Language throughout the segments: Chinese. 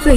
最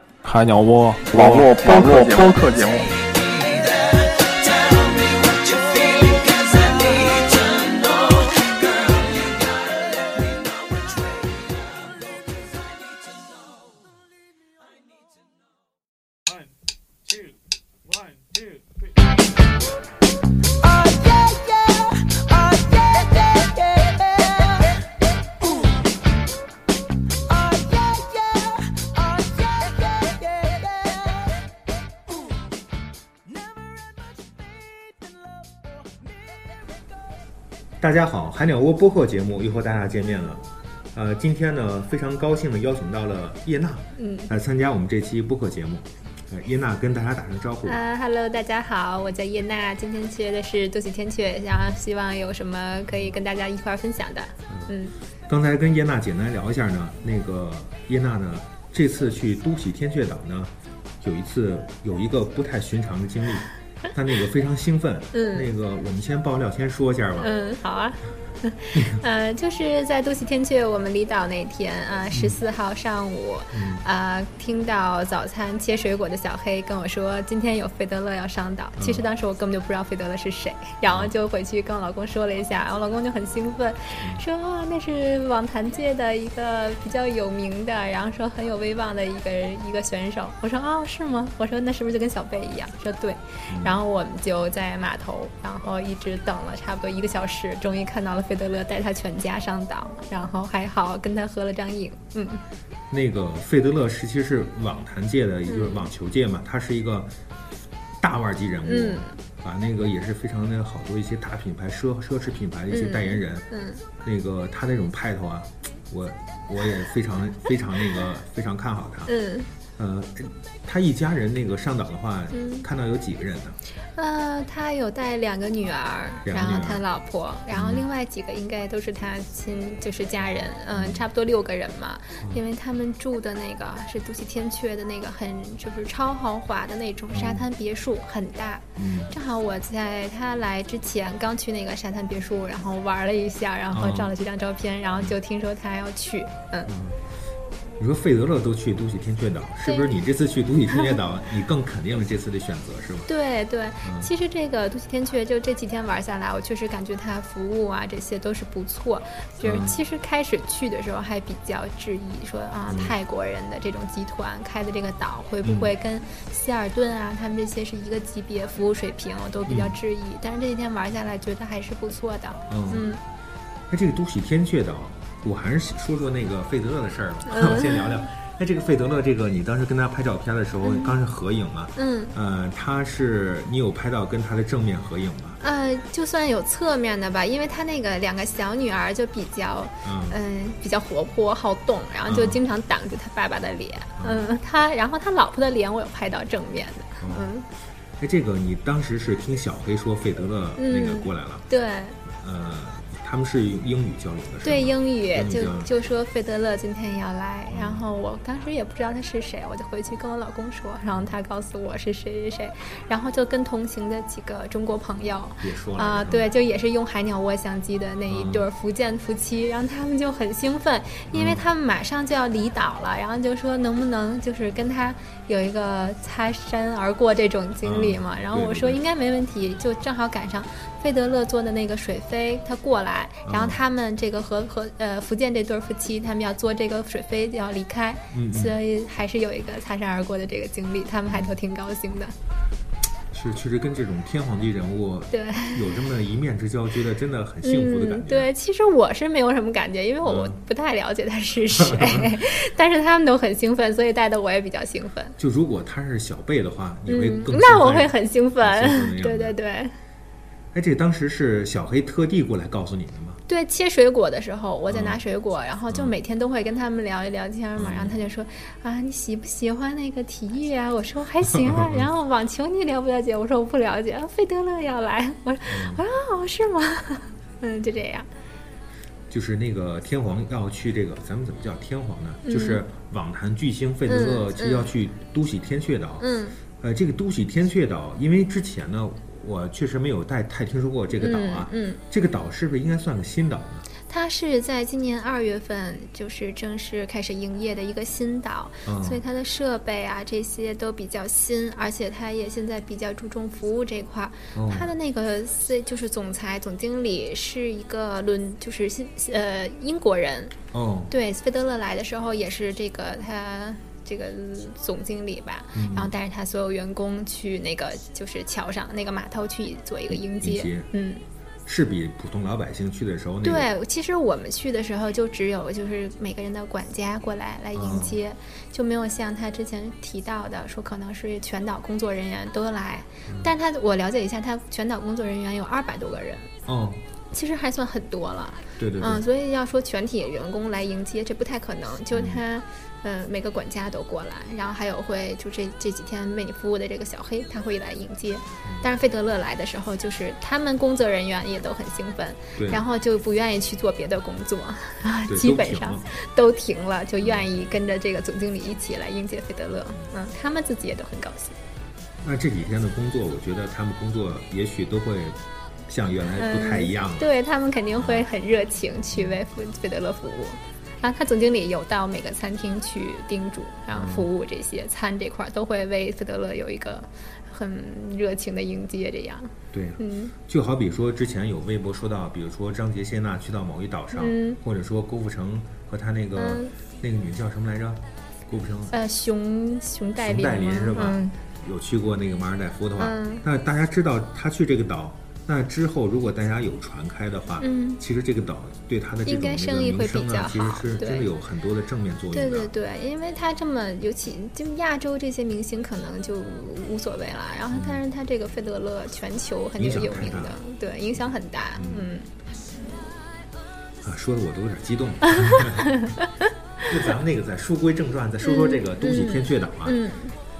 海鸟窝网络播客播客节目。大家好，海鸟窝播客节目又和大家见面了。呃，今天呢，非常高兴的邀请到了叶娜，嗯，来参加我们这期播客节目。呃，叶娜跟大家打声招呼。啊哈喽，大家好，我叫叶娜，今天学的是斗气天阙，然后希望有什么可以跟大家一块儿分享的。嗯，刚才跟叶娜简单聊一下呢，那个叶娜呢，这次去都喜天阙岛呢，有一次有一个不太寻常的经历，她那个非常兴奋。嗯那个我们先爆料，先说一下吧。嗯，好啊。 呃，就是在杜西天阙，我们离岛那天啊，十、四号上午，啊、听到早餐切水果的小黑跟我说，今天有费德勒要上岛。其实当时我根本就不知道费德勒是谁，然后就回去跟我老公说了一下，我老公就很兴奋，说啊，那是网坛界的一个比较有名的，然后说很有威望的一个一个选手。我说哦，是吗？我说那是不是就跟小贝一样？说对。然后我们就在码头，然后一直等了差不多一个小时，终于看到了费德勒带他全家上岛，然后还好跟他合了张影。嗯，那个费德勒是其实是网坛界的，也就是嗯网球界嘛，他是一个大腕儿级人物，嗯啊，那个也是非常的好多一些大品牌奢奢侈品牌的一些代言人，嗯那个他那种派头啊，我我也非常非常那个非常看好他，嗯，呃，他一家人那个上岛的话，嗯看到有几个人呢？呃，他有带两个女儿，两个然后女儿嗯他老婆，然后另外几个应该都是他亲，就是家人，嗯、差不多六个人嘛。嗯因为他们住的那个是杜西天阙的那个很就是超豪华的那种沙滩别墅，很大。嗯，正好我在他来之前刚去那个沙滩别墅，然后玩了一下，然后哦照了几张照片，然后就听说他要去，嗯，你说费德勒都去都喜天阙岛，是不是对你这次去都喜 天阙岛，你更肯定了这次的选择是吗？对对，嗯其实这个杜西天阙就这几天玩下来，我确实感觉它服务啊这些都是不错。就是嗯其实开始去的时候还比较质疑说啊、嗯泰国人的这种集团开的这个岛会不会跟希尔顿啊、他们这些是一个级别服务水平，我都比较嗯质疑。但是这几天玩下来，觉得还是不错的。嗯那哎这个都喜天阙岛，我还是说说那个费德勒的事儿吧。嗯 我先聊聊。那这个费德勒，这个你当时跟他拍照片的时候，刚是合影嘛？嗯。呃，他是你有拍到跟他的正面合影吗？呃，就算有侧面的吧，因为他那个两个小女儿就比较，嗯嗯、比较活泼好动，然后就嗯经常挡住他爸爸的脸，嗯，他然后他老婆的脸我有拍到正面的，嗯，哎，这个你当时是听小黑说费德勒那个嗯过来了，对呃，他们是用英语交流的，是对，吗英语英语就交流就说费德勒今天要来，然后我当时也不知道他是谁，我就回去跟我老公说，然后他告诉我是谁谁谁，然后就跟同行的几个中国朋友，也说了啊、是吗对，就也是用海鸟窝相机的那一对儿福建夫妻，然后他们就很兴奋，因为他们马上就要离岛了，然后就说能不能就是跟他有一个擦身而过这种经历嘛？嗯然后对我对说对应该没问题，就正好赶上费德勒坐的那个水飞他过来，然后嗯他们这个和和呃福建这对儿夫妻他们要坐这个水飞要离开，嗯嗯所以还是有一个擦身而过的这个经历，他们还都挺高兴的，是确实跟这种天皇级人物对。有这么一面之交，觉得真的很幸福的感觉。嗯。对，其实我是没有什么感觉，因为我嗯不太了解 他是谁，但是他们都很兴奋，所以带的我也比较兴奋。就如果他是小贝的话，你会嗯更、，那我会很兴奋 很兴奋的样。子对对对哎，这当时是小黑特地过来告诉你的吗？对，切水果的时候，我在嗯拿水果，然后就每天都会跟他们聊一聊天嘛。然后他就说啊，你喜不喜欢那个体育啊？我说还行 啊。然后网球你了不了解？我说我不了解。啊费德勒要来，我说啊，是吗？ 嗯，就这样。就是那个天皇要去这个，咱们怎么叫天皇呢？就是网坛巨星费德勒嗯其实要去都喜天阙岛。嗯呃，这个都喜天阙岛，因为之前呢，我确实没有太太听说过这个岛嗯啊。嗯，这个岛是不是应该算个新岛呢？它是在今年二月份就是正式开始营业的一个新岛，嗯所以它的设备啊这些都比较新，而且它也现在比较注重服务这块儿。哦它的那个 C 就是总裁、总经理是一个伦，就是新呃英国人。哦，对，费德勒来的时候也是这个他这个总经理吧，嗯然后带着他所有员工去那个就是桥上那个码头去做一个迎接。迎接嗯，是比普通老百姓去的时候那个对，其实我们去的时候就只有就是每个人的管家过来来迎接，嗯就没有像他之前提到的说可能是全岛工作人员都来，嗯但他我了解一下，他全岛工作人员有二百多个人，哦，其实还算很多了。对对对，嗯，所以要说全体员工来迎接，这不太可能。就嗯他，呃，每个管家都过来，然后还有会就这这几天为你服务的这个小黑，他会来迎接。嗯但是费德勒来的时候，就是他们工作人员也都很兴奋，对然后就不愿意去做别的工作，啊对，基都本停上了都停了，就愿意跟着这个总经理一起来迎接费德勒。嗯，他们自己也都很高兴。那这几天的工作，我觉得他们工作也许都会像原来不太一样了。嗯对他们肯定会很热情去为费费德勒服务。然后他总经理有到每个餐厅去叮嘱，然后服务这些餐这块儿都会为费德勒有一个很热情的迎接，这样。对啊嗯就好比说之前有微博说到，比如说张杰谢娜去到某一岛上，嗯或者说郭富城和他那个、嗯那个女叫什么来着？郭富城呃，熊熊黛熊林吗，黛林是吧？嗯，有去过那个马尔代夫的话，嗯那大家知道他去这个岛。那之后，如果大家有船开的话，嗯其实这个岛对他的这应种该那个生意名会比声啊，较其实好是对真的有很多的正面作用的。对对对，因为他这么，尤其就亚洲这些明星可能就无所谓了，然后但是他这个费德勒全球很嗯影响有太名大的了，对，影响很大，嗯啊，说的我都有点激 动了。那咱们那个再书归正传，再说说这个都喜天阙岛啊。嗯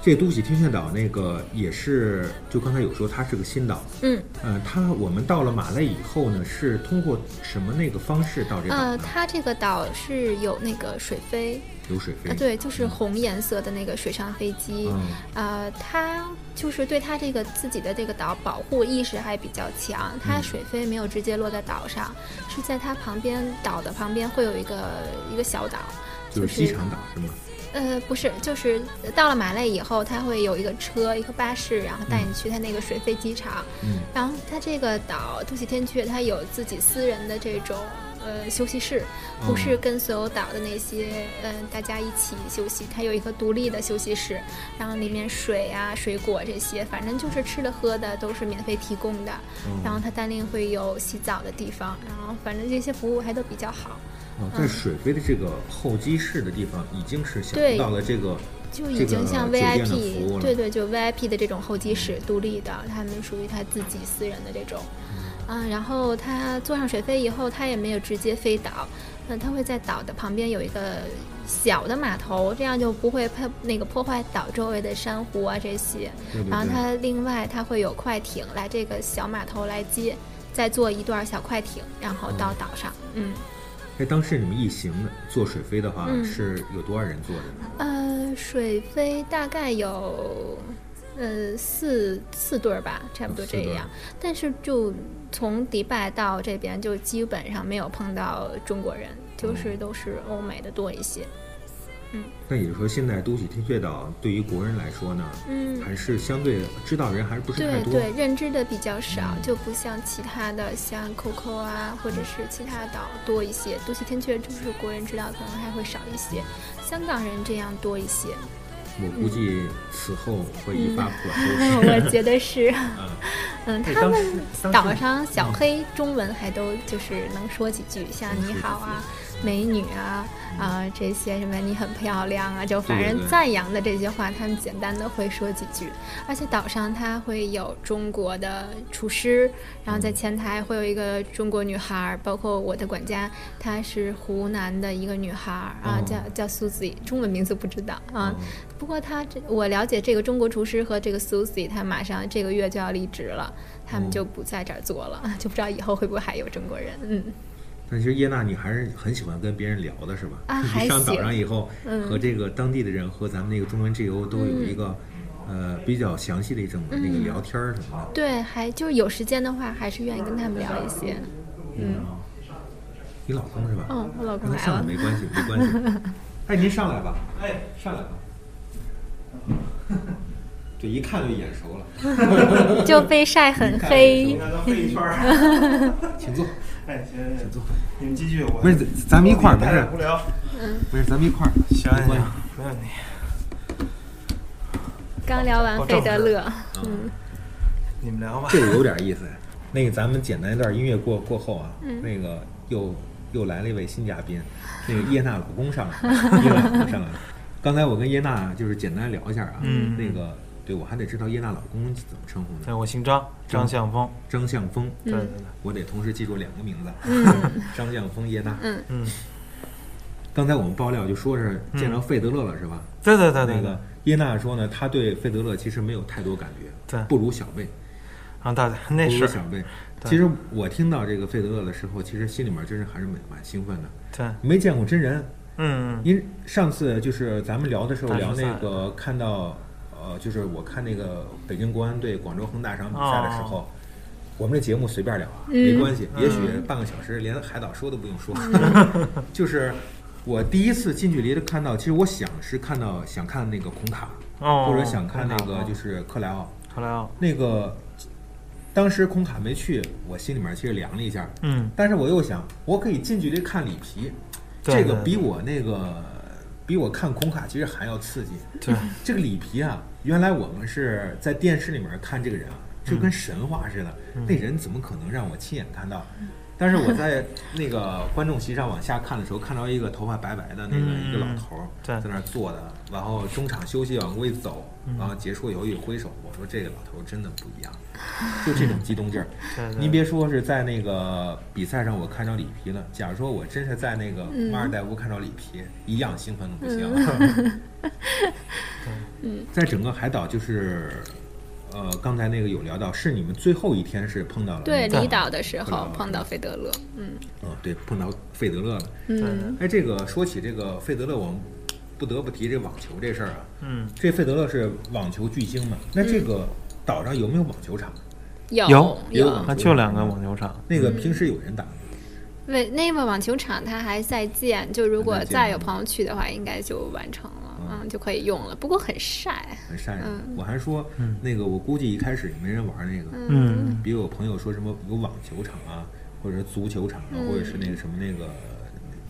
这都喜天阙岛那个也是，就刚才有说它是个新岛。嗯。呃，它我们到了马累以后呢，是通过什么那个方式到这岛呃，呢？它这个岛是有那个水飞，流水啊、飞。对，就是红颜色的那个水上飞机。嗯呃，它就是对它这个自己的这个岛保护意识还比较强，嗯它水飞没有直接落在岛上，是在它旁边岛的旁边会有一个一个小岛。就是是机场岛是吗？呃，不是，就是到了马累以后，它会有一个车，一个巴士，然后带你去它那个水飞机场。嗯然后它这个岛杜喜天阙，它有自己私人的这种呃休息室，不是跟所有岛的那些嗯、呃大家一起休息，它有一个独立的休息室，然后里面水啊、水果这些，反正就是吃的喝的都是免费提供的。哦然后它单另会有洗澡的地方，然后反正这些服务还都比较好。哦，嗯在水飞的这个候机室的地方，已经是享对受到了这个就已经像这个酒店的 VIP，、服务了对对，就 VIP 的这种候机室，独立的，他们属于他自己私人的这种。嗯，然后他坐上水飞以后，他也没有直接飞岛，那他会在岛的旁边有一个小的码头，这样就不会破那个破坏岛周围的珊瑚啊这些。对对然后对它另外它会有快艇来这个小码头来接，再坐一段小快艇，然后到岛上。嗯，哎，当时你们一行坐水飞的话，嗯是有多少人坐着呢？呃，水飞大概有呃四四对儿吧，差不多四这对儿样。但是就从迪拜到这边，就基本上没有碰到中国人，就是都是欧美的多一些。那也就是说，现在都喜天阙岛对于国人来说呢，嗯，还是相对知道人还是不是太对多。对，认知的比较少，就不像其他的像 COCO 啊，或者是其他岛多一些。都喜天阙就是国人知道可能还会少一些，香港人这样多一 些。我估计此后会一发不可收拾。我觉得是， 嗯，对他 当时们当时嗯岛上小黑中文还都就是能说几句，像你好啊，美女啊啊、这些什么你很漂亮啊，就反嗯对对正对赞扬的这些话，他们简单的会说几句。而且岛上它会有中国的厨师，然后嗯在前台会有一个中国女孩儿，包括我的管家，她是湖南的一个女孩儿啊，哦叫叫苏子，中文名字不知道啊。不过她这我了解这个中国厨师和这个 Susie，她马上这个月就要离职了，他们就不在这儿做了， 就不知道以后会不会还有中国人。嗯，但其实耶娜，你还是很喜欢跟别人聊的是吧？啊你还上岛行上以后，嗯和这个当地的人和咱们那个中文 GO 都有一个、呃嗯比较详细的一种那个聊天儿什么的。对，还就是有时间的话，还是愿意跟他们聊一些。嗯，你老公是吧？哦，我老公跟他来上来了。没关系，没关 系。哎，您上来吧。哎，上来 吧。这一看就眼熟了。就被晒很黑。大家都黑一圈儿。请坐。哎，行行行，你们继续，我不是，咱们一块儿，不有点是无聊。不是，咱们一块儿。行行行，没问题。刚聊完费德哦勒，嗯，你们 聊吧。这个有点意思。那个，咱们简单一段音乐过过后啊，那个又又来了一位新嘉宾，那个耶娜老公上来了， 耶娜老公上来了。刚才我跟耶娜就是简单聊一下啊，嗯那个对我还得知道耶娜老公怎么称呼对，呢？我姓张，张向峰。张向峰，对对嗯对，我得同时记住两个名字， 张向峰、耶娜。嗯，刚才我们爆料就说是见着费德勒了，是吧？对对对那对对个。耶娜说呢，她对费德勒其实没有太多感觉，对不如小贝。啊，大家那不如是小贝。对其实我听到这个费德勒的时候，其实心里面真是还是蛮蛮兴奋的，对，没见过真人。嗯嗯因上次就是咱们聊的时候大聊叔赛那个看到，呃，就是我看那个北京国安对广州恒大场比赛的时候。哦我们这节目随便聊啊，没关系，嗯也许半个小时连海岛说都不用说。 就是我第一次近距离的看到，其实我想是看到想看那个孔卡，哦，或者想看那个就是是克莱奥，后来哦，那个当时孔卡没去，我心里面其实凉了一下，嗯，但是我又想，我可以近距离看里皮，对这个嗯对比我那个比我看孔卡其实还要刺激。对，这个里皮啊，原来我们是在电视里面看这个人啊，就嗯跟神话似的，那人怎么可能让我亲眼看到？但是我在那个观众席上往下看的时候，看到一个头发白白的那个嗯一个老头儿对在那儿坐的，然后中场休息往回走，然后结束以后一挥手，我说这个老头儿真的不一样，就这种激动劲儿。对对您别说是在那个比赛上我看着里皮了，假如说我真是在那个马尔代夫看着里皮，一样兴奋的不行。在整个海岛就是，呃，刚才那个有聊到，是你们最后一天是碰到了对，那个离岛的时候嗯碰到费德勒，嗯嗯，对，碰到费德勒了。嗯，哎，这个说起这个费德勒，我们不得不提这网球这事儿啊。嗯，这费德勒是网球巨星嘛？那嗯这个岛上有没有网球场？有有有那就两个网球场。那个嗯平时有人打吗？为内蒙网球场它还在建，就如果还在建再有朋友去的话，应该就完成了，嗯嗯，就可以用了。不过很晒，很晒人。嗯我还说，那个我估计一开始也没人玩那个。嗯，比如有朋友说什么有网球场啊，或者是足球场啊，或者是嗯那个什么那个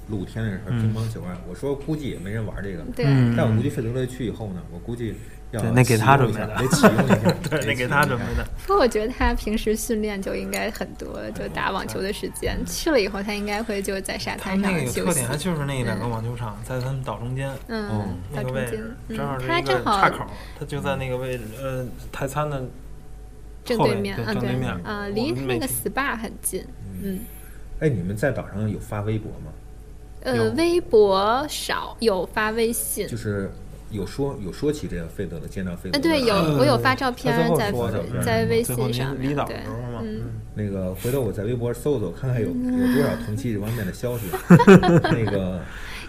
露天的什么乒乓球啊，我说估计也没人玩这个。对，嗯但我估计费德勒去以后呢，我估计要对那给他准备的，得启用一下 对，那给他准备的。 不过我觉得他平时训练就应该很哎多，就打网球的时间去了以后，他应该会就在沙嗯他滩们那上个有休特息点，。它就是那两个网球场在他们岛中间。嗯，那到个中位间置，，正好嗯，是他一个正岔好嗯口，它就在那个位置，呃，台餐的正后对面面，对啊，正对面啊，我离们他每那个天 SPA 很近，嗯。哎，你们在岛上有发微博吗？呃，微博少有发微信就，是有说有说起这个费德勒见到费德勒，呃，啊对，有我有发照片他最后在说的在嗯微最后信您上面离岛，对的时候，嘛嗯，那个，回头我在微博搜搜看看有有多少同期这方面的消 息。那个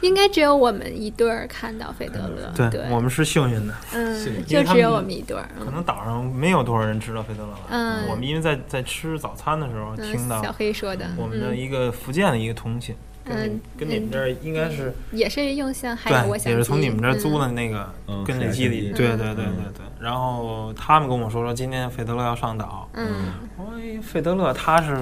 应该只有我们一对儿看到费德勒，嗯对对，我们是幸运的，幸运嗯，因就为他只有们我们一对儿，可嗯能岛上没有多少人知道费德勒吧。嗯我们因为在在吃早餐的时候听嗯，到小黑说的，我们的嗯，一个福建的一个同行，跟你嗯跟你们这儿应该是也是用像还有我对，想也是从你们这儿租的，的那个嗯跟那是嗯基地， SMD 对对对对对。然后他们跟我说说今天费德勒要上岛，嗯，我说哎费德勒他是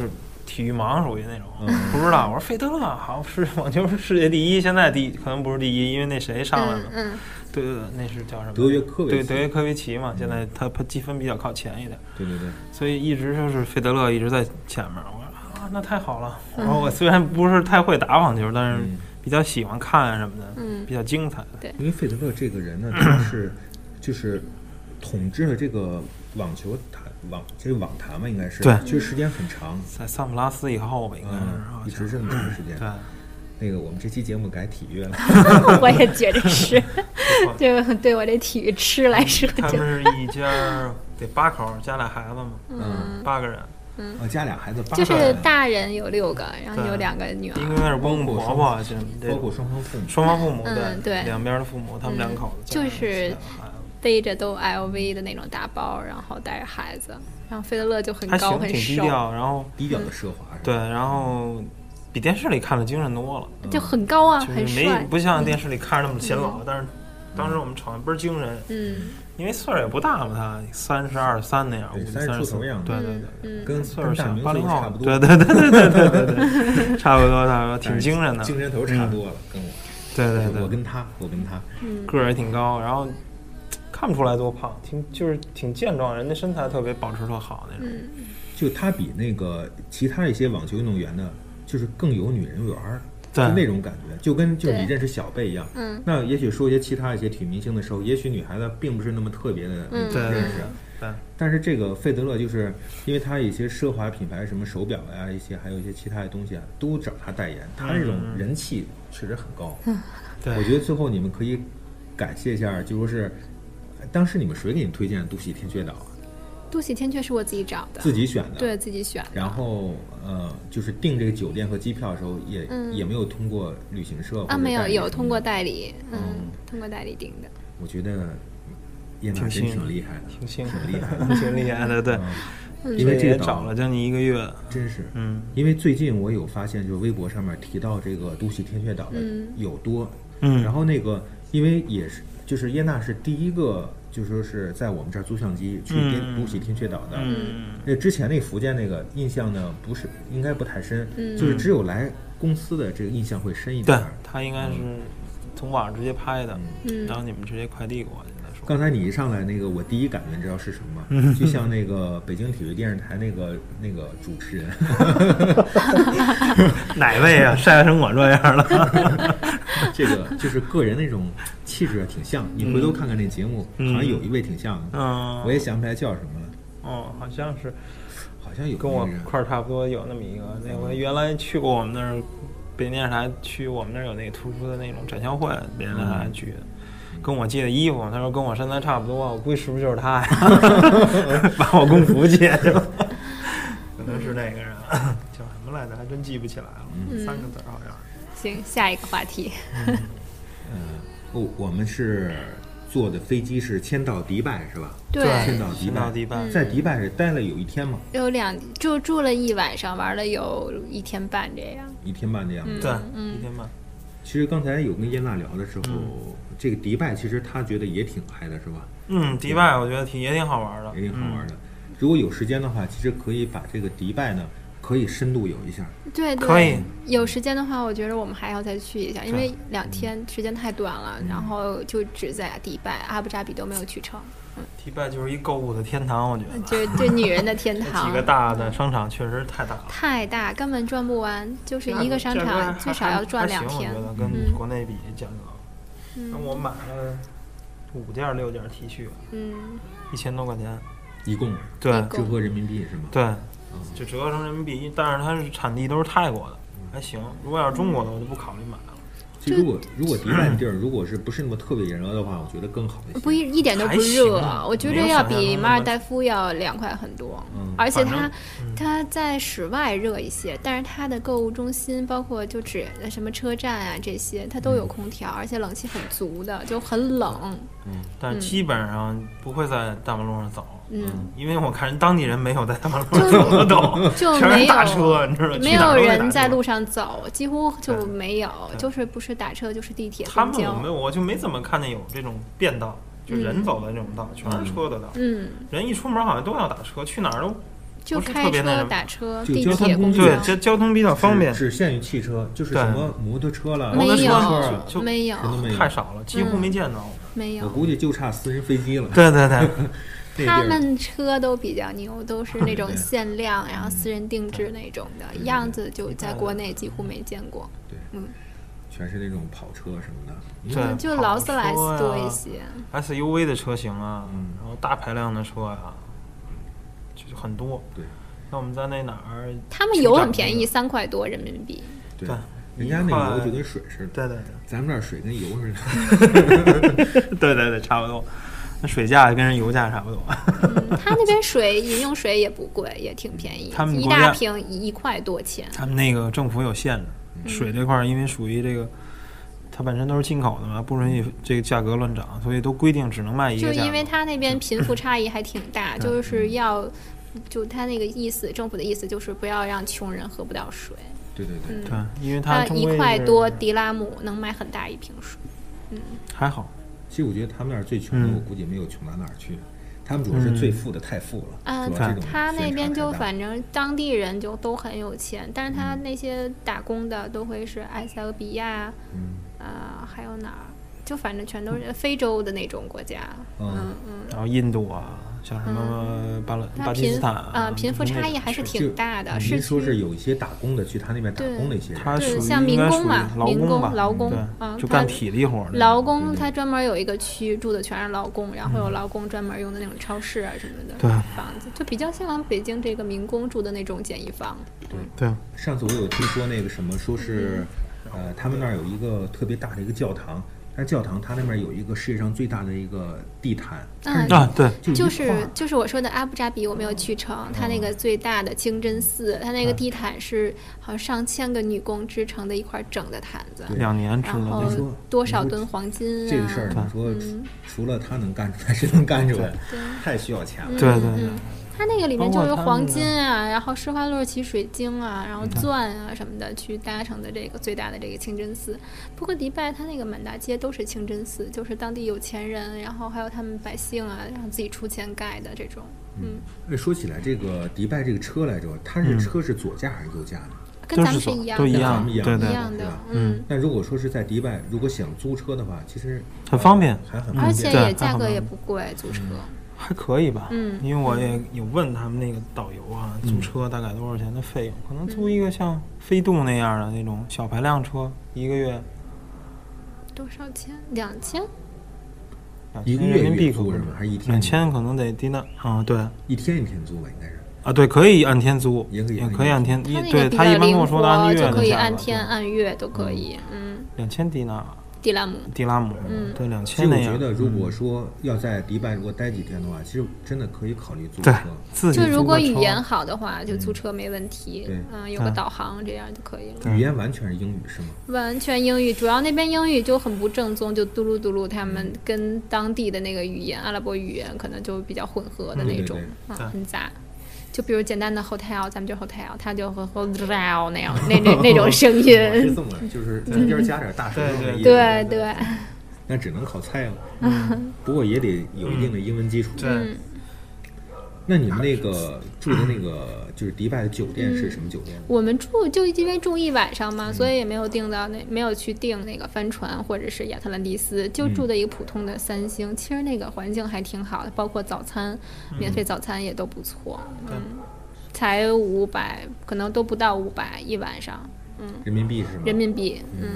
体育盲，属于那种、嗯不知道。我说费德勒好像是网球世界第一，现在第一可能不是第一，因为那谁上来了嗯，嗯对对对，那是叫什么？德约科维奇对德约科维奇嘛，现在他他积分比较靠前一点，对对对，所以一直就是费德嗯勒一直在前面。我说啊，那太好了。然后我虽然不是太会打网球，但是嗯比较喜欢看什么的，嗯比较精彩。因为费德勒这个人呢，他是就是统治了这个网球坛网这个网坛嘛，应该是对其实时间很长，在桑普拉斯以后吧，应该啊是嗯好，一像直这么长时间。对，那个我们这期节目改体育了，嗯 我也觉得 是， 对对我这体育痴来说嗯他就们是一家儿得八口加俩孩子嘛，嗯，八个人，哦，家俩孩子八 就个是人，大人有六个，然后有两个女应儿，该是公公婆婆，这包括双嗯方父母。双方父母嗯对嗯两边的父母，他们两口子就加上是两个孩子背着都 LV 的那种大包，然后带着孩子，然后费德勒就很还高行，很挺低瘦，调，然后低调的奢华是吧？对，然后比电视里看的精神多了，就很高啊，嗯就很是没帅，不像电视里看着那么显老，但是当时我们炒的倍儿精神，嗯因为岁数也不大嘛，他三十二三那样，对我们30三出四头样子对对嗯对。嗯，跟岁数跟大小，明八星零后差，不多，对对对对对对对 对，差不多差不多，挺精神的，嗯精神头差不多了，跟我，对对对我，跟他，我跟他，个儿也挺高，然后看不出来多胖，挺就是挺健壮，人家身材特别保持特好那嗯种。就他比那个其他一些网球运动员呢，就是更有女人缘儿，对就那种感觉，就跟就是你对认识小贝一样。嗯，那也许说一些其他一些体育明星的时候，也许女孩子并不是那么特别的认嗯识，对但是这个费德勒就是因为他一些奢华品牌，什么手表呀、一些还有一些其他的东西啊，都找他代言，他这种人气确实很高。嗯嗯对我觉得最后你们可以感谢一下，就说是当时你们谁给你推荐杜喜天雀岛啊？杜喜天雀是我自己找的，自己选的。对自己选，然后呃，就是订这个酒店和机票的时候也，也、嗯没有通过旅行社或者啊，没有代理有什么通过的。代理，嗯嗯，通过代理订的，我觉得叶娜挺真幸运挺厉害的，挺幸 挺厉害的。运，挺厉害的，对，嗯因为这也个找岛了将近一个月，真是，嗯，因为最近我有发现，就是微博上面提到这个都喜嗯天雀岛的有多，嗯然后那个因为也是就是耶娜是第一个，就说是在我们这儿租相机去嗯天都喜天雀岛的，嗯，那之前那福建那个印象呢，不是应该不太深，就是只有来公司的这个印象会深一点嗯对儿。他应该是从网上直接拍的，嗯然后你们直接快递过去再说。刚才你一上来那个，我第一感觉你知道是什么嗯吗？就像那个北京体育电视台那个那个主持人， 哪位啊？晒成我这样了，这个就是个人那种气质挺像。你回头看看那节目，嗯好像有一位挺像的，嗯，我也想不起来叫什么了，哦，好像是好像有跟嗯我那个块儿差不多，有那么一个。那回原来去过我们那儿，北京电视台去我们那儿有那个图书的那种展销会，北京电视台去的。跟我借的衣服，他说跟我身材差不多，我估计是不是就是 他呀？把我工服借去了， 可能是那个人，嗯叫什么来着？还真记不起来了，三个字儿好像是。行，下一个话题，哦，我们是坐的飞机是先到迪拜是吧？对先到迪先拜，到迪拜在迪拜是待了有一天嘛，有两就住了一晚上，玩了有一天半这样，一天半的嗯样子。对，一天半。其实刚才有跟燕娜聊的时候，这个迪拜其实她觉得也挺嗨的，是吧？嗯，迪拜我觉得挺也挺好玩的，也挺好玩的。如果有时间的话，其实可以把这个迪拜呢，可以深度游一下。对对，可以。有时间的话，我觉得我们还要再去一下，因为两天时间太短嗯了，然后就只在迪拜、阿布扎比都没有去成，嗯迪拜就是一购物的天堂，我觉得。就是对女人的天堂 几。个大的商场确实太大了。太大，根本转不完， 就是一个商价格还场最少要转两嗯天嗯还。行我觉得跟国内比价格，那我买了五件儿六件儿 T 恤，嗯，一千多块钱，一共对折合人民币是吗？啊对，就折合成人民币，但是它是产地都是泰国的，还行。如果要是中国的，我就不考虑买了。其实如果如果迪拜地儿如果是不是那么特别炎热的话，我觉得更好一些。不一一点都不还行热啊，我觉没得有要想象比中那马尔么代夫要凉快很多，嗯而且反它正它在室外热一些，但是它的购物中心，包括就只什么车站啊这些，它都有空调，而且冷气很足的，就很冷。但是基本上不会在大马路上走，嗯，因为我看人当地人没有在大马路上走的都，就全没是有大车，你知道吗？没去哪有儿都得打人在车路上走，几乎就没有，就是不是打车就是地铁他公们我交没。有，我就没怎么看见有这种便道，就人走的那种道，全是车的道。嗯，人一出门好像都要打车，去哪儿都就不是开特别那车、什么打车、就地交通铁、公工具交。对，交交通比较方便，只只限于汽车，就是对什么摩托车了、没有自行车啊就没有什么都没有太。少了，几乎嗯没见到。没我有，估计就差私人飞机了。对对对，嗯那地他儿们车都比较牛，都是 那种对限量，嗯然后私人定制那种的样子，就在国内几乎没见过。全是那种跑车什么的。嗯对，嗯就跑劳斯莱斯车多呀一些。 SUV 的车型啊，嗯然后大排量的车呀、就是很多。对，那我们在那哪儿？他们油很便宜，三块多人民币。对对，人家那一油块就跟水似的，对对咱们这儿水跟油似的。对对对对，差不多。那水价跟人油价差不多。嗯，他那边水饮用水也不贵，也挺便宜，他们一国家大瓶一块多钱。他们那个政府有限制，水这块儿因为属于这个，它本身都是进口的嘛，不允许这个价格乱涨，所以都规定只能卖一就个价格。嗯因为他那边贫富差异还挺大，就是要，就他那个意思，政府的意思就是不要让穷人喝不到水。对对对，嗯对，因为它他终一归块是多迪拉姆能买很大一瓶水。还好，其实我觉得他们那儿最穷的，嗯我估计没有穷到哪儿去。他们主要是最富的太富了，啊主要这种他那边宣传就太大反正当地人就都很有钱，但是他那些打工的都会是埃塞俄比亚，嗯啊、还有哪儿？就反正全都是非洲的那种国家，嗯，然后印度啊，像什么巴勒、他巴嗯基贫斯坦啊，呃贫富差异还是挺。就挺大嗯的，您是说是有一些打工的去他那边打工的一些人，它对属于像民应该工属于嘛劳民工吧，劳工对啊就它干体力活儿的劳工，他专门有一个区住的全是劳工，然后有劳工专门用的那种超市啊什么的对房子，就比较像北京这个民工住的那种简易房。对，上次我有听说那个什么，说是，嗯呃，他们那儿有一个特别大的一个教堂，但是教堂它那边有一个世界上最大的一个地毯，嗯，啊对，就就一块是儿就是我说的阿布扎比，我没有去成，它那个最大的清真寺，它那个地毯是好像上千个女工织成的一块整的毯子，对两年吃然了后那说多少吨黄金啊？嗯这个事儿，你嗯说除除了他能干出来，谁能干出来？太需要钱了。对对对嗯，它那个里面包就括是它黄那个金啊，然后施华洛奇水晶啊，然后钻啊什么的，去搭成的这个最大的这个清真寺。不过迪拜它那个满大街都是清真寺，就是当地有钱人，然后还有他们百姓啊，然后自己出钱盖的这种。嗯，哎说起来，这个迪拜这个车来着，它嗯是车是左驾还是右驾呢？跟咱都们是是左一样都的，一跟样咱们一对的一对样对的吧，嗯。但如果说是在迪拜，如果想租车的话，其实很方便嗯还很而方且便。对也价还格好嗯也不贵，租车。还可以吧，嗯因为我也有问他们那个导游啊，嗯租车大概多少钱的费用，可能租一个像飞度那样的那种小排量车，一个月多少钱？两千？两一个千月人民一币月可租不是是吗？还是一天？两千可能得低到啊，对一天一天租吧，应该是。啊，对，可以按天租，也也可以按可以按天，它一那对个比较他一般跟灵我说的按活，月就的可以价按格天、按月都可以。嗯，两千迪纳迪拉姆。迪拉姆，嗯对，两其实千我那觉样，嗯得，如果说要在迪拜如果待几天的话，其实真的可以考虑租车对。，自己就如租果个语车言好的话，就租车没问题。对嗯，有个嗯导航这样就可以了。语言完全是英语 是吗？完全英语，主要那边英语就很不正宗，就嘟噜嘟噜，他们跟当地的那个语言，阿拉伯语言可能就比较混合的那种，嗯啊，对很杂。就比如简单的 hotel，咱们就 hotel，他就和 hotel 那样那那那种声我是音，这么，就是中间加点大舌头的意思。对嗯对，那只能靠猜 了。不过也得有一定的英文基础。嗯嗯对，嗯那你们那个住的那个就是迪拜的酒店是什么酒店？我们住就因为住一晚上嗯嘛，所以也没有订到那没有去订那个帆船或者是亚特兰蒂斯，就住的一个普通的三嗯星。其实那个环境还挺好的，包括早餐，免费早餐也都不错。嗯，才五百，可能都不到五百一晚上人民币是吗？人民币。嗯，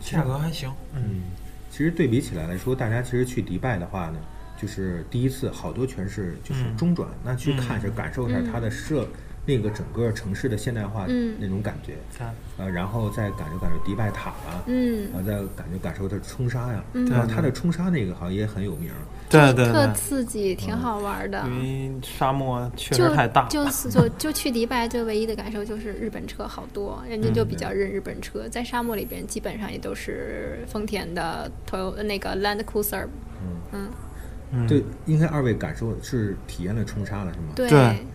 价格还行，嗯其实对比起来来说，大家其实去迪拜的话呢，就是第一次好多全是就是嗯中转，那去看一下，感受一下它的设。那个整个城市的现代化嗯那种感觉，对呃，然后再感受感受迪拜塔啊，嗯然后再感觉感受它的冲沙呀，然后它的冲沙那个好像也很有名儿，对啊对嗯特对，刺激，挺好玩的。因为沙漠确就实太大，就是就就去迪拜，就唯一的感受就是日本车好多，人家就嗯比较认日本车，在沙漠里边基本上也都是丰田的 Toyo 呃那个 Land Cruiser，嗯对，应该二位感受是体验了冲沙了是吗？，对对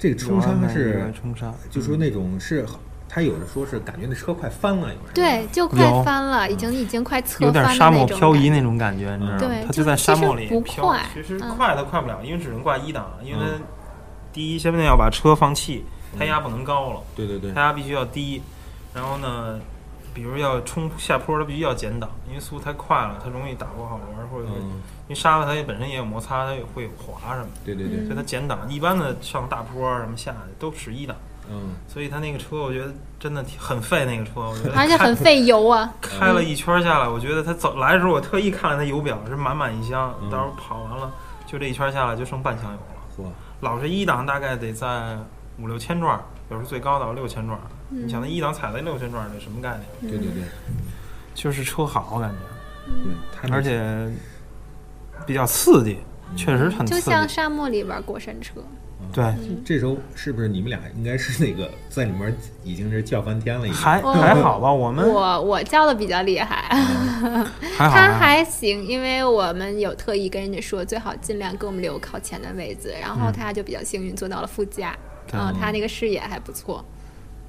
这个冲沙有是啊冲沙，就说那种是，他有的说是感觉那车快翻了，有人对就快有翻了，已经已经快侧嗯有点翻沙的那漠种漂移感。那种感觉，你知道吗对？它就在其沙实漠里不飘快其实嗯快它快不了，因为只能挂一档，因为它第一先得要把车放气，胎压不能高了，对对对啊胎压必须要低，然后呢。比如要冲下坡，它必须要减档，因为速度太快了，它容易打不好轮儿，或者是嗯因为沙子它也本身也有摩擦，它也会有滑什么的。嗯对对对，所以它减档，一般的上大坡啊什么下去都使一档，嗯，所以他那个车我觉得真的挺很费那个车，我觉得而且开很费油啊。开了一圈下来，我觉得他走来的时候，我特意看了他油表是满满一箱，嗯到时候跑完了，就这一圈下来就剩半箱油嚯，了。老是一档大概得在五六千转，有时候最高到六千转。你想那一档踩在六千转得什么概念？对对嗯对，就是车好感觉，对，他那嗯而且比较刺激，确实很就刺像嗯激。沙漠里玩过山车，对，这时候是不是你们俩应该是那个在里面已经是叫翻天了？已经还我还好吧，我们我我叫的比较厉 害，还他好啊还好。还行，因为我们有特意跟人家说，最好尽量给我们留靠前的位置，然嗯后他就比较幸运坐到了副驾，对嗯，他那个视野还不错，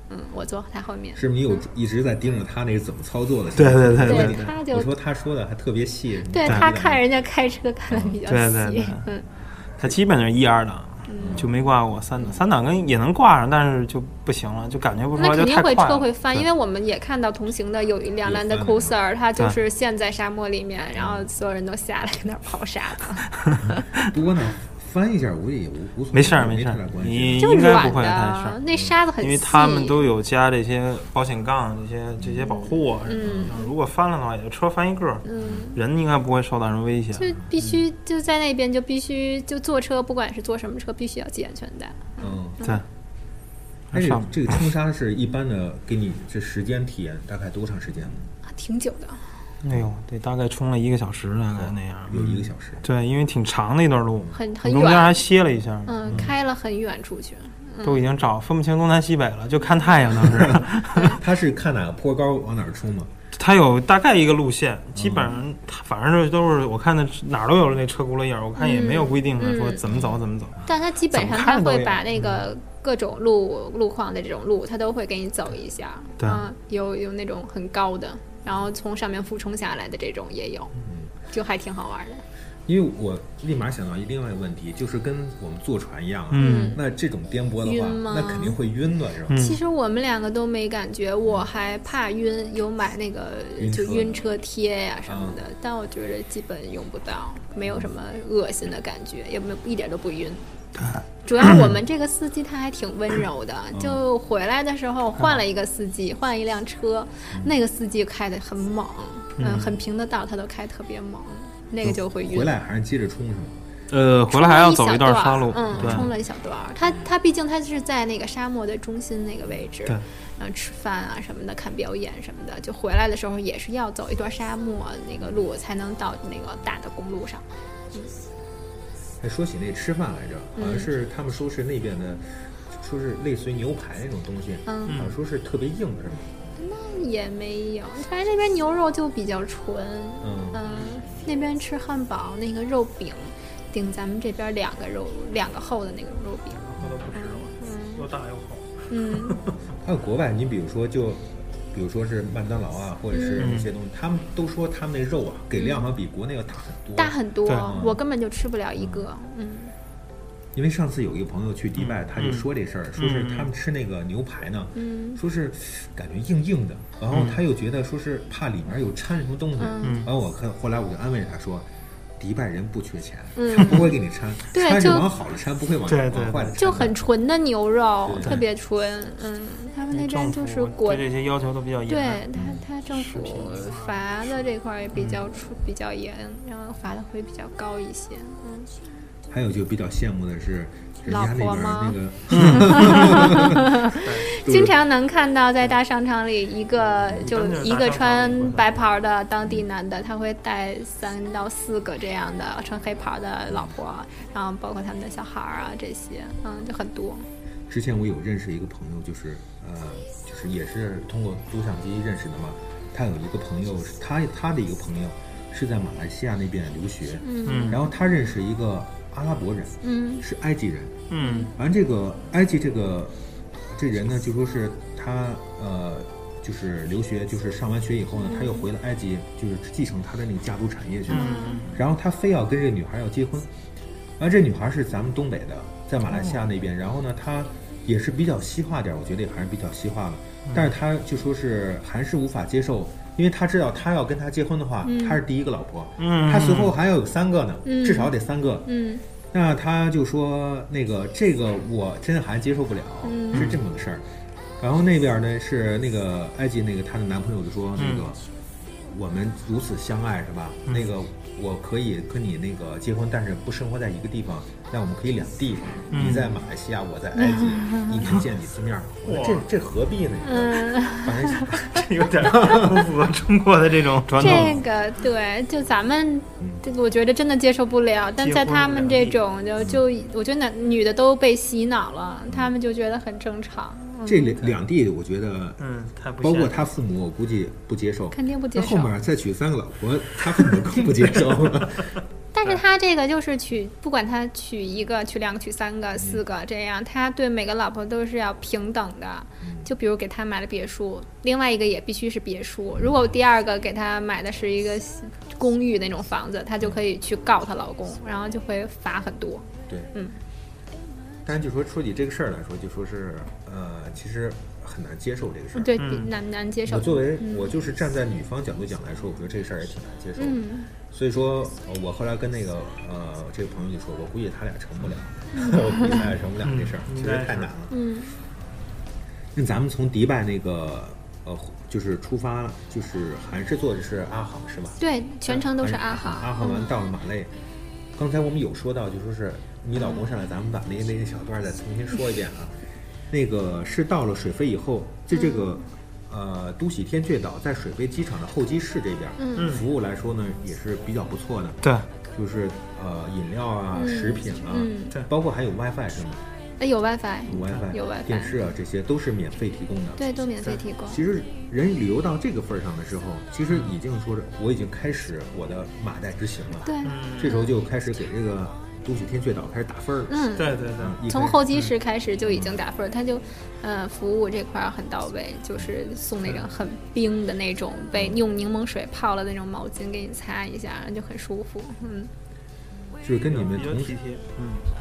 嗯，我坐他后面，是不是你有一直在盯着他那是怎么操作的？对对对我对问你他就我说他说的还特别细，对你他记得看吗人家开车看的比较对对细对，嗯，它基本就是一二档，就没挂过三档，三档跟也能挂上，但是就不行了，就感觉不出那来，就肯定太快会车了。会翻，因为我们也看到同行的有一辆有翻 Land 的 Cruiser，它就是陷在沙漠里面，然后所有人都下来跟那儿刨沙嗯子，不过呢，翻一下我也无无所谓，没事儿没事太儿大，关系。你就应该软不会有太事儿的，，那沙子很细，因为他们都有加这些保险杠、这些这些保护啊什么的。如果翻了的话，也就车翻一个，嗯，人应该不会受到什么威胁。就必须就在那边就必须就坐车，不管是坐什么车，必须要系安全带。嗯，对，但是上这个冲沙是一般的，给你这时间体验大概多长时间呢？啊挺久的，哎呦，得大概冲了一个小时，大概那样。有一个小时。对，因为挺长的一段路，很很中间还远，歇了一下，嗯，开了很远出去，都已经找分不清东南西北了，就看太阳当时。他是看哪个坡高往哪儿冲吗？它有大概一个路线，基本上它反正就都是我看的哪儿都有那车轱辘印儿，我看也没有规定的说怎么走怎么走。但它基本上怎么看它着都会有把那个各种路路况的这种路，它都会给你走一下。对啊，有有那种很高的，然后从上面俯冲下来的这种也有，嗯就还挺好玩的。因为我立马想到一另外一个问题，就是跟我们坐船一样啊，嗯，那这种颠簸的晕话，吗那肯定会晕的，是吧？嗯其实我们两个都没感觉，我还怕晕，有买那个晕就车嗯晕车贴呀、什么的，但我觉得基本用不到，没有什么恶心的感觉，也没有一点都不晕。主要 我们这个司机他还挺温柔的，嗯就回来的时候换了一个司机，换一辆车，嗯那个司机开的很猛，嗯，很平的道他都开特别猛，那个就会晕。回来还是接着冲是吗？呃，回来还要走一段山路，嗯，对，冲了一小段儿。他他毕竟他是在那个沙漠的中心那个位置，对然后吃饭啊什么的，看表演什么的，就回来的时候也是要走一段沙漠那个路才能到那个大的公路上。还说起那吃饭来着，嗯好像是他们说是那边的，说是类似于牛排那种东西，嗯好像说是特别硬，是吗？也没有，反正那边牛肉就比较纯，嗯那边吃汉堡那个肉饼，顶咱们这边两个肉两个厚的那个肉饼，都不吃了，又大又厚。嗯，还有国外，你比如说就，比如说是麦当劳啊，或者是那些东西，嗯他们都说他们那肉啊，给量好像比国内要大很多。大很多对，我根本就吃不了一个，嗯，因为上次有一个朋友去迪嗯拜，他就说这事儿，说是他们吃那个牛排呢，嗯说是感觉硬硬的，嗯然后他又觉得说是怕里面有掺什么东西，嗯然后我看后来我就安慰他说。迪拜人不缺钱，他不会给你掺，嗯 对掺是就往好了掺，不会往对对往坏了掺的。就很纯的牛肉，对特别纯。嗯，他们那边政就府是国对这些要求都比较严。对他他政府罚的这块儿也比较出比较严，然后罚的会比较高一些。嗯，还有就比较羡慕的是，人家那老婆边那吗个经常能看到在大商场里，一个就般就是一个大商场里穿会白袍儿的当地男的，他会带三到四个这样的穿黑袍儿的老婆，然后包括他们的小孩儿啊这些，嗯，就很多。之前我有认识一个朋友，就是呃，就是也是通过录像机认识的嘛。他有一个朋友，是他他的一个朋友是在马来西亚那边留学，嗯，然后他认识一个阿拉伯人，嗯，是埃及人。嗯，完这个埃及这个这人呢，就说是他呃，就是留学，就是上完学以后呢，他又回了埃及，就是继承他的那个家族产业去了。嗯然后他非要跟这女孩要结婚，而这女孩是咱们东北的，在马来西亚那边。然后呢，她也是比较西化点儿，我觉得也还是比较西化了。但是她就说是还是无法接受，因为她知道她要跟他结婚的话，她是第一个老婆，嗯她随后还要有三个呢，嗯至少得三个。嗯，那他就说那个这个我真还接受不了，嗯是这么个事儿。然后那边呢是那个埃及那个她的男朋友就说那个、我们如此相爱是吧？那个我可以跟你那个结婚，但是不生活在一个地方，但我们可以两地，你在马来西亚，我在埃 及，一年见几次面儿，我说这这何必呢？嗯反正有点不符合中国的这种传这统。个对，就咱们，这个我觉得真的接受不了。但结在婚他不们了这地种，就就我觉得男女的都被洗脑了，他们就觉得很正常，嗯这两两地我觉得，嗯，太不包现括实他父母，我估计不接受。肯定不接那受后。面再娶三个老婆，他父母更不接受了。但是他这个就是娶，不管他娶一个、娶两个、娶三个、四个这样，他对每个老婆都是要平等的。就比如给他买了别墅，另外一个也必须是别墅。如果第二个给他买的是一个公寓那种房子，她就可以去告她老公，然后就会罚很多。对，嗯。但是就说说起这个事儿来说，就说是呃，其实很难接受这个事儿。嗯对，嗯比难难接我受。作为我就是站在女方角度讲来说，我觉得这个事儿也挺难接受的。嗯所以说，呃我后来跟那个呃这个朋友就说，我估计他俩成不了， 我估计他俩成不了这事儿，确应实该太是难了。嗯那咱们从迪拜那个呃，就是出发，就是还是坐的是阿航是吧？对，全程都是嗯还阿航。阿豪。航完到了马累，刚才我们有说到，就说是你老公上来，咱们把那那那小段儿再重新说一遍啊。那个是到了水飞以后，就这个、嗯呃都喜天阙岛在水飞机场的候机室这边，嗯服务来说呢也是比较不错的，对，就是呃饮料啊、嗯食品啊，嗯对包括还有 WiFi 是吗？哎有 WiFi，有 WiFi，有 WiFi 电视啊这些都是免费提供的。对，都免费提供。其实人旅游到这个份儿上的时候，其实已经说是我已经开始我的马代之行了。对，这时候就开始给这个都喜天阙岛开始打分儿。嗯。对对对，一开从候机室开始就已经打分儿，他就，呃，服务这块儿很到位，就是送那种很冰的那种被嗯用柠檬水泡了的那种毛巾给你擦一下，就很舒服。嗯，就是跟你们比较同体贴。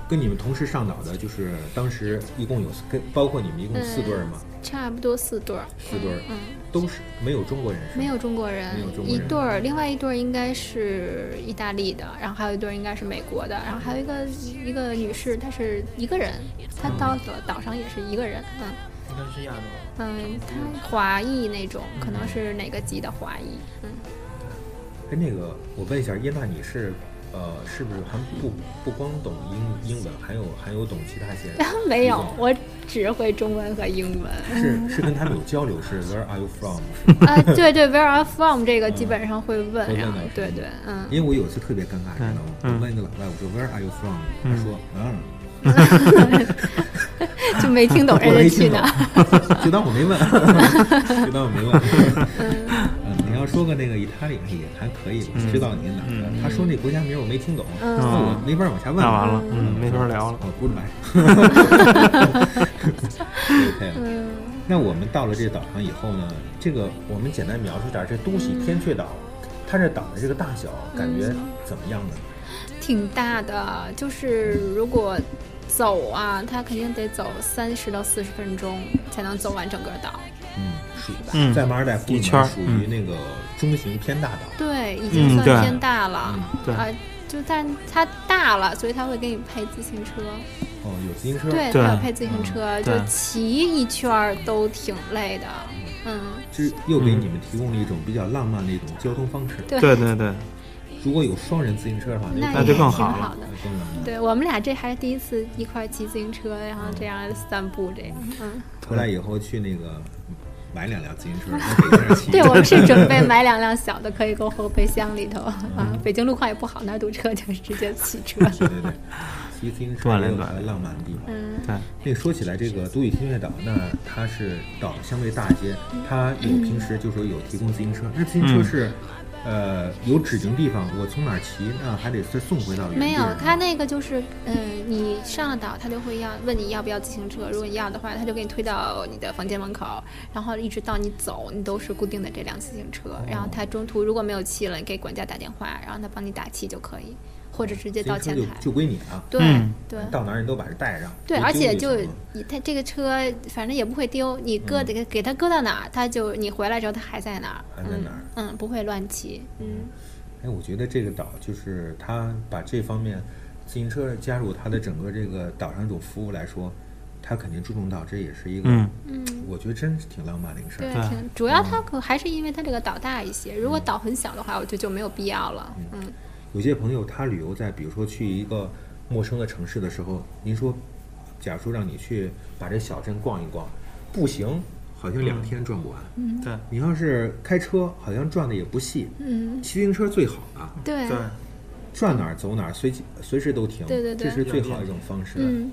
跟你们同时上岛的，就是当时一共有跟包括你们一共四对儿嘛，差不多四对儿，四对儿嗯，都是没有中国人是吗没有中国人没有中，国人一对儿，另外一对儿应该是意大利的，然后还有一对儿应该是美国的，然后还有一个一个女士，她是一个人，她到了岛上也是一个人，嗯应该是亚洲，嗯，她华裔那种，可能是哪个籍的华裔，嗯。？哎，那个我问一下，耶娜，你是呃是不是还不不光懂英英文，还有还有懂其他一些 没有，我只会中文和英文。是是跟他们有交流，是 Where are you from？是 呃，对对，Where are from 这个基本上会问，会问然后的是对吗对，嗯，因为我有一次特别尴尬，你知道吗？我问一个老外，我说 Where are you from？他说嗯，就没 听懂我人没家去听懂哪儿。， 就当我没问，就当我没问。嗯，你要说个那个意大利也还可以，嗯我知道你是哪儿的。他说那国家名儿我没听懂，那我没法往下问。那完了，嗯，没法聊了。哦，goodbye。OK，那嗯我们到了这岛上以后呢，这个我们简单描述一下这都喜天阙岛，它这岛的这个大小感觉嗯怎么样呢？挺大的，就是如果走啊，他肯定得走三十到四十分钟才能走完整个岛。嗯，属于吧嗯在马尔代夫一呢圈儿属于那个中型偏大岛。嗯对，已经嗯算对嗯偏大了对啊。就但它大了，所以他会给你配自行车，哦，有自行车。对，对嗯他有配自行车，就对骑一圈儿都挺累的，嗯。这又给你们提供了一种比较浪漫的一种交通方式。 对对对对，如果有双人自行车的话，那那也就挺更好好了的。更浪漫。对我们俩这还是第一次一块儿骑自行车，然后这样散步这样。嗯，回来以后去那个买两辆自行 车，在北京骑。对 我们是准备买两辆小的，可以搁后备箱里头嗯啊。北京路况也不好，哪儿堵车就是直接骑 车。对对对，骑自行车也锻炼有锻它炼浪漫的地方。嗯，那说起来，这个都与天乐岛，那它是岛相对大一些，它有平时就说有提供自行车，那自行嗯车是，呃，有指定地方，我从哪儿骑，那还得再送回到原地。没有，他那个就是，嗯，你上了岛，他就会要问你要不要自行车，如果你要的话，他就给你推到你的房间门口，然后一直到你走，你都是固定的这辆自行车。哦然后他中途如果没有气了，你给管家打电话，然后他帮你打气就可以，或者直接自到行车前就台。就归你了，对、嗯对。到哪儿你都把这带上。对，不而丢且就就行了你它这个车，反正也不会丢，你搁给给它搁到哪儿，它就你回来之后它还在哪儿，嗯还在哪儿嗯，嗯，不会乱骑，嗯，哎，我觉得这个岛就是它把这方面自行车加入它的整个这个岛上一种服务来说，它肯定注重到这也是一个，嗯嗯，我觉得真是挺浪漫的一个事对儿。，挺嗯主要它可还是因为它这个岛大一些，如果岛很小的话，我觉得就没有必要了。嗯，有些朋友他旅游在比如说去一个陌生的城市的时候，您说，假如说让你去把这小镇逛一逛，步行好像两天转不完，对你要是开车好像转的也不细，嗯，骑自行车最好啊，对，对，转哪儿走哪儿，随机随时都停，对对对这是最好的一种方式。啊嗯，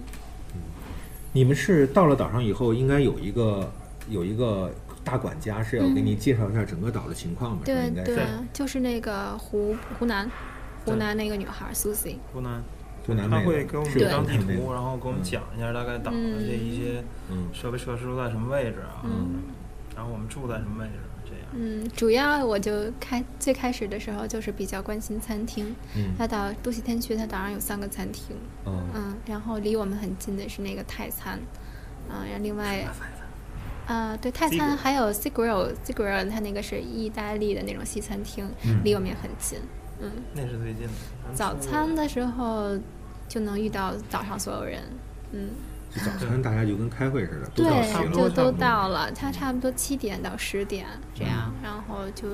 你们是到了岛上以后，应该有一个有一个大管家是要给你介绍一下整个岛的情况吧？是吧对应该是对，就是那个湖湖南湖南那个女孩 Susie，湖南，湖南他那会个给我们是一对张地湖南那图，啊个然后给我们讲一下大概岛的这一些嗯设备设施都在什么位置啊，然后我们住在什么位置，啊这样。嗯，主要我就开最开始的时候就是比较关心餐厅，嗯它岛都喜天区它岛上有三个餐厅，嗯嗯，然后离我们很近的是那个泰餐，嗯，然后另外，啊、对，泰餐还有 s i g r i l s i g r i l 它那个是意大利的那种西餐厅，离我们也很近。嗯， 那是最近的早餐嗯的时候就能遇到岛上所有人，嗯，就早餐大家就跟开会似的，都对到齐了，，就都嗯到了，它差不多七点到十点这样，然后就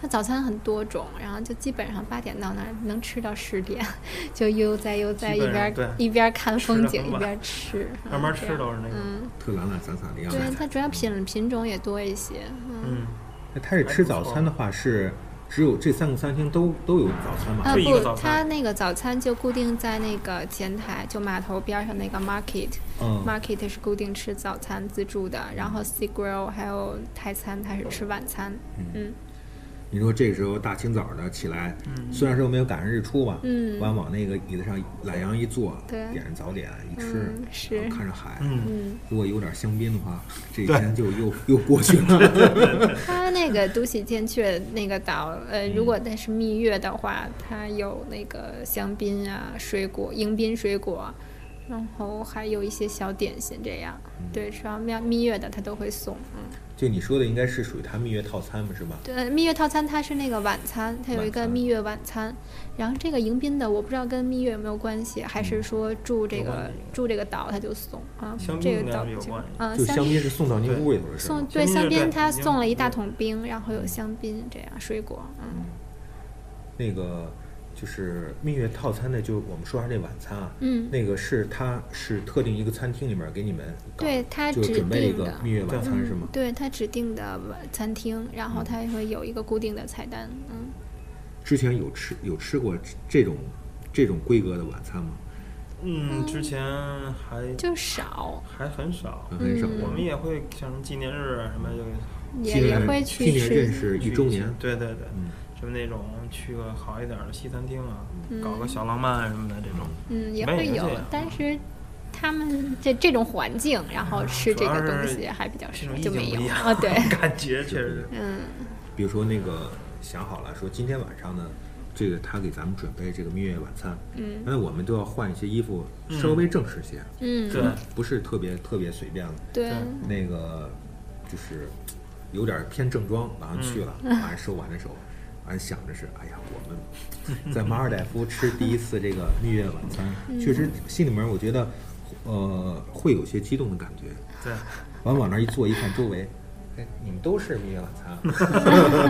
它早餐很多种，然后就基本上八点到那儿能吃到十点， 就悠哉悠哉基一本上边对一边看吃得风很景一晚边吃，嗯慢慢这吃样都是那种，嗯，特懒懒散散的样对，子。它主要品品种也多一些，嗯，嗯，那他是吃早餐的话，是只有这三个餐厅都都有早餐嘛？啊就一个早不，它餐那个早餐就固定在那个前台，就码头边上那个 market，嗯 market 是固定吃早餐自助的，然后 Sea Grill 还有泰餐它是吃晚餐，嗯你说这个时候大清早的起来，嗯虽然说没有赶上日出吧，嗯完往那个椅子上懒洋一坐，对点上早点一吃嗯，是然后看着海，嗯，如果有点香槟的话，这一天就又又过去了。 它那个都喜天阙那个岛，呃，如果它是蜜月的话，它有那个香槟啊、水果、迎宾水果，然后还有一些小点心这样，对，只要蜜蜜月的它都会送，嗯。就你说的应该是属于他蜜月套餐嘛，是吧？对，蜜月套餐它是那个晚餐，它有一晚个餐蜜月晚餐。然后这个迎宾的，我不知道跟蜜月有没有关系，还是说住这有关个系住这个岛它就送啊香，槟这应个该岛是有就关系嗯，就香香槟是送到您屋里头的是送吗？对香香槟是槟，他已经送了一大桶冰，然后有香槟这样水果，嗯那个就是蜜月套餐的，就是我们说下这晚餐啊，嗯，那个是它是特定一个餐厅里面给你们搞，对它就指准备了一定个的，嗯蜜月晚餐是吗？嗯对它指定的晚餐厅，然后它会有一个固定的菜单，嗯。之前有吃有吃过这种这种规格的晚餐吗？嗯，之前还就少，还很少，很少。啊我们也会像什么纪念日啊什么就嗯也纪也念会纪去念认识吃，一周年，对对对，什么那种去个好一点的西餐厅啊，搞个小浪漫什么的这种，嗯，也没会有有这样，但是他们这这种环境，然嗯后吃这个东西还比较少这种，意就境没有不一样啊、对， 感觉确实嗯，比如说那个想好了，说今天晚上呢，这个他给咱们准备这个蜜月晚餐，嗯，那我们都要换一些衣服，稍微正式些，嗯，对，不是特别特别随便的，对，那个就是有点偏正装，晚上去了，晚上收完的时候，晚上想着是，哎呀，我们在马尔代夫吃第一次这个蜜月晚餐，确实心里面我觉得，呃，会有些激动的感觉。对，完往那儿一坐，一看周围，哎，你们都是蜜月晚餐啊。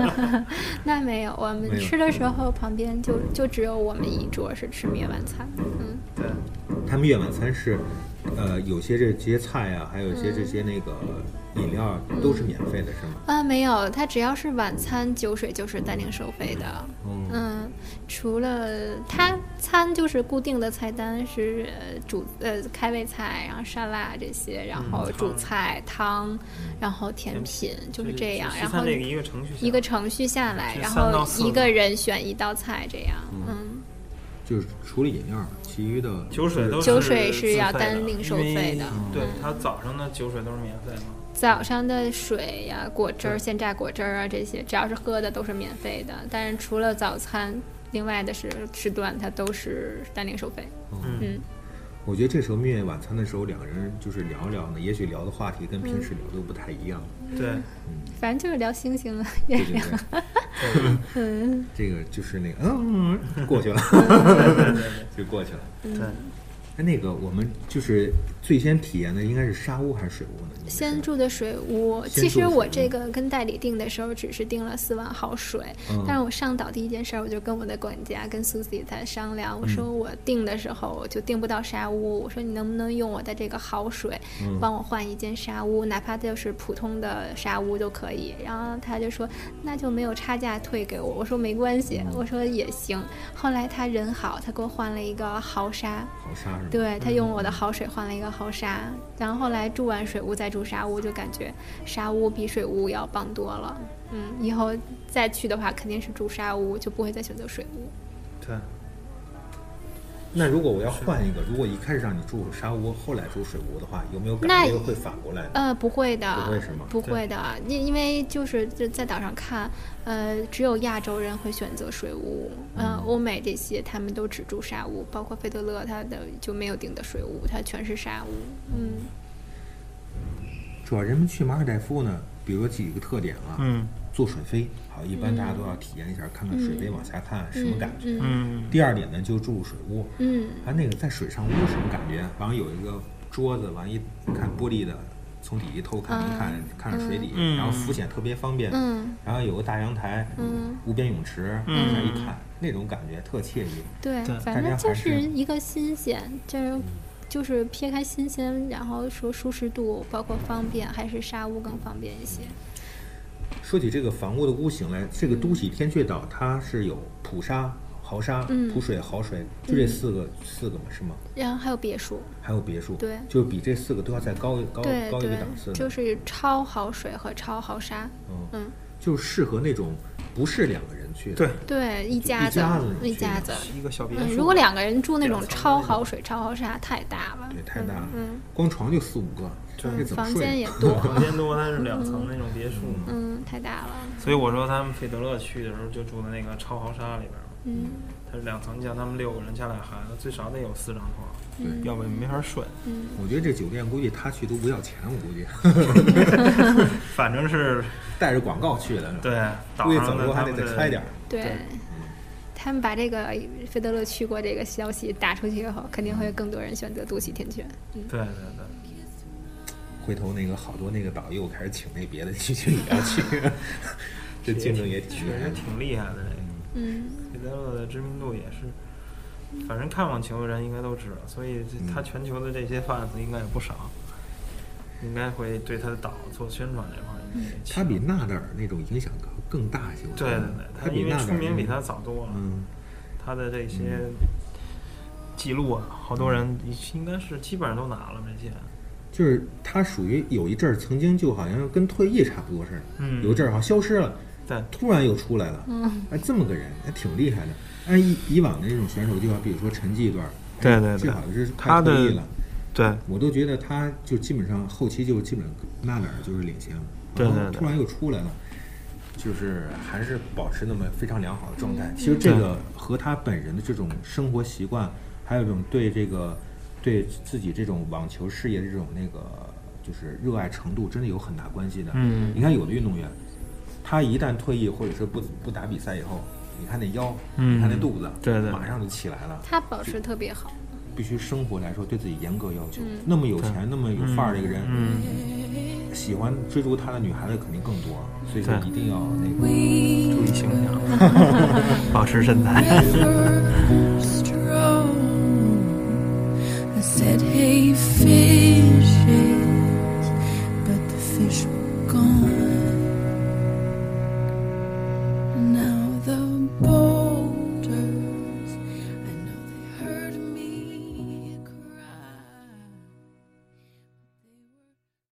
那没有，我没们有吃的嗯时候旁边就就只有我们一桌是吃灭晚餐，嗯，对， 他们夜晚餐是，呃，有些这些菜啊，还有一些这些那个饮料啊都是免费的，是吗？啊，没有，它只要是晚餐酒水就是单零收费的，嗯，嗯，除了它餐就是固定的菜单是呃主呃开胃菜，然后沙拉这些，然嗯后主菜、汤，然后甜品，就是这样。然后这个一个程序下一个程序下来，是然三到后四一个个人选一道菜这样。嗯，就是除了饮料，其余的酒水都酒水是是要自费的单另收费的因为对，它早上的酒水都是免费的。早上的水呀、果汁儿、现榨果汁儿啊这些，只要是喝的都是免费的，但是除了早餐。另外的时时段，它都是单零收费。嗯，我觉得这时候蜜月晚餐的时候，两个人就是聊一聊呢，也许聊的嗯话题跟平时聊的又不太一样，对，反正就是聊星星啊，月对对亮。对。这个就是那个嗯过 去了，就过去了。嗯对，哎，那个我们就是最先体验的应该是沙屋还是水屋呢？你们是先住的水屋，先其住实的我水这屋个跟代理订的时候只是订了四万毫水，嗯但是我上岛第一件事儿，我就跟我的管家跟 Susie 在商量，我嗯说我订的时候我就订不到沙屋，我说你能不能用我的这个好水嗯帮我换一间沙屋，哪怕就是普通的沙屋都可以。然后他就说那就没有差价退给我，我说没关系，我说也行。后来他人好，他给我换了一个豪沙，好沙是吗？对他用我的好水换了一个好沙，然后后来住完水屋再住沙屋，就感觉沙屋比水屋要棒多了。嗯，以后再去的话肯定是住沙屋，就不会再选择水屋。对，那如果我要换一个，如果一开始让你住沙屋，后来住水屋的话，有没有那感觉会反过来？呃，不会的，不会是吗不会的，因因为就是就在岛上看，呃，只有亚洲人会选择水屋，嗯、欧美这些他们都只住沙屋，包括费德勒他的就没有订的水屋，他全是沙屋。嗯，主要人们去马尔代夫呢，比如说几个特点啊，嗯坐水飞，好，一般大家都嗯要体验一下，看看水飞往下看什么感觉。嗯第二点呢，就是住水屋，嗯，它那个在水上屋什么感觉？啊完了有一个桌子，完一看玻璃的，从底下偷看，一看看着水底，嗯然后浮潜特别方便，啊嗯，然后有个大阳台，嗯，无边泳池，往下一看，那种感觉特惬意。对对，反大正家就还是是一个新鲜，就是就是撇开新鲜，然后说舒适度，包括方便，还是沙屋更方便一些。说起这个房屋的屋型来，这个都喜天雀岛它是有普沙、豪沙、嗯普水、豪水，就这四个、四个嘛，是吗？然后还有别墅，还有别墅，对就是比这四个都要再高一高对高一个对档次，的，就是超好水和超好沙，嗯，嗯，就是适合那种不是两个人去的，对，对，一家一子家子一去家子。一个小别嗯，墅。如果两个人住那两种层的超那好水、超好沙，太大了，对，太大了，嗯，光床就四五个，这嗯怎么房睡间也呢？多，房间多，它是两层那种别墅嘛，嗯，太大了，所以我说他们费德勒去的时候就住在那个超豪沙里边儿嘛，嗯它是两层，你像他们六个人加俩孩子，最少得有四张床，嗯要不然没法睡。嗯， 我觉得这酒店估计他去都不要钱，我估计反正是带着广告去的，对，岛估计上走的路还他得们再的开点儿。对。他们把这个哎费德勒去过这个消息打出去以后，肯定会有更多人选择独喜天泉。对对对，回头那个好多那个导游开始请那别的地区也要 去，这竞争也挺厉确害实的。挺厉害的这个。嗯，费德勒的知名度也是，反正看网球的人应该都知道，所以这嗯他全球的这些 fans 应该也不少，应该会对他的岛做宣传这块儿应该也嗯起。他比纳达尔那种影响更大一些，我觉对对得对，他他比因为纳达出尔名比那他种早多了，嗯，他的这些记录啊，好多人应该是基本上都拿了这些。就是他属于有一阵儿曾经就好像跟退役差不多似的，嗯有一阵儿好像消失了，对突然又出来了，哎，这么个人，还挺厉害的。按以以往的那种选手，就好比如说沉寂一段儿，哎对对最对好是他快退的役了，对我都觉得他就基本上后期就基本上纳达尔就是领先了，对然对后对突然又出来了，就是还是保持那么非常良好的状嗯态。其实这个和他本人的这种生活习惯，还有一种对这个对自己这种网球事业的这种那个就是热爱程度，真的有很大关系的。嗯你看有的运动员，他一旦退役或者是不不打比赛以后，你看那腰，嗯你看那肚子，对对马上就起来了。他保持特别好。必须生活来说对自己严格要求。那么有钱、那么有范儿的一个人，嗯喜欢追逐他的女孩子肯定更多，所以说对一定要那个。注意形象，保持身材。 first row. I said, Hey, fishes,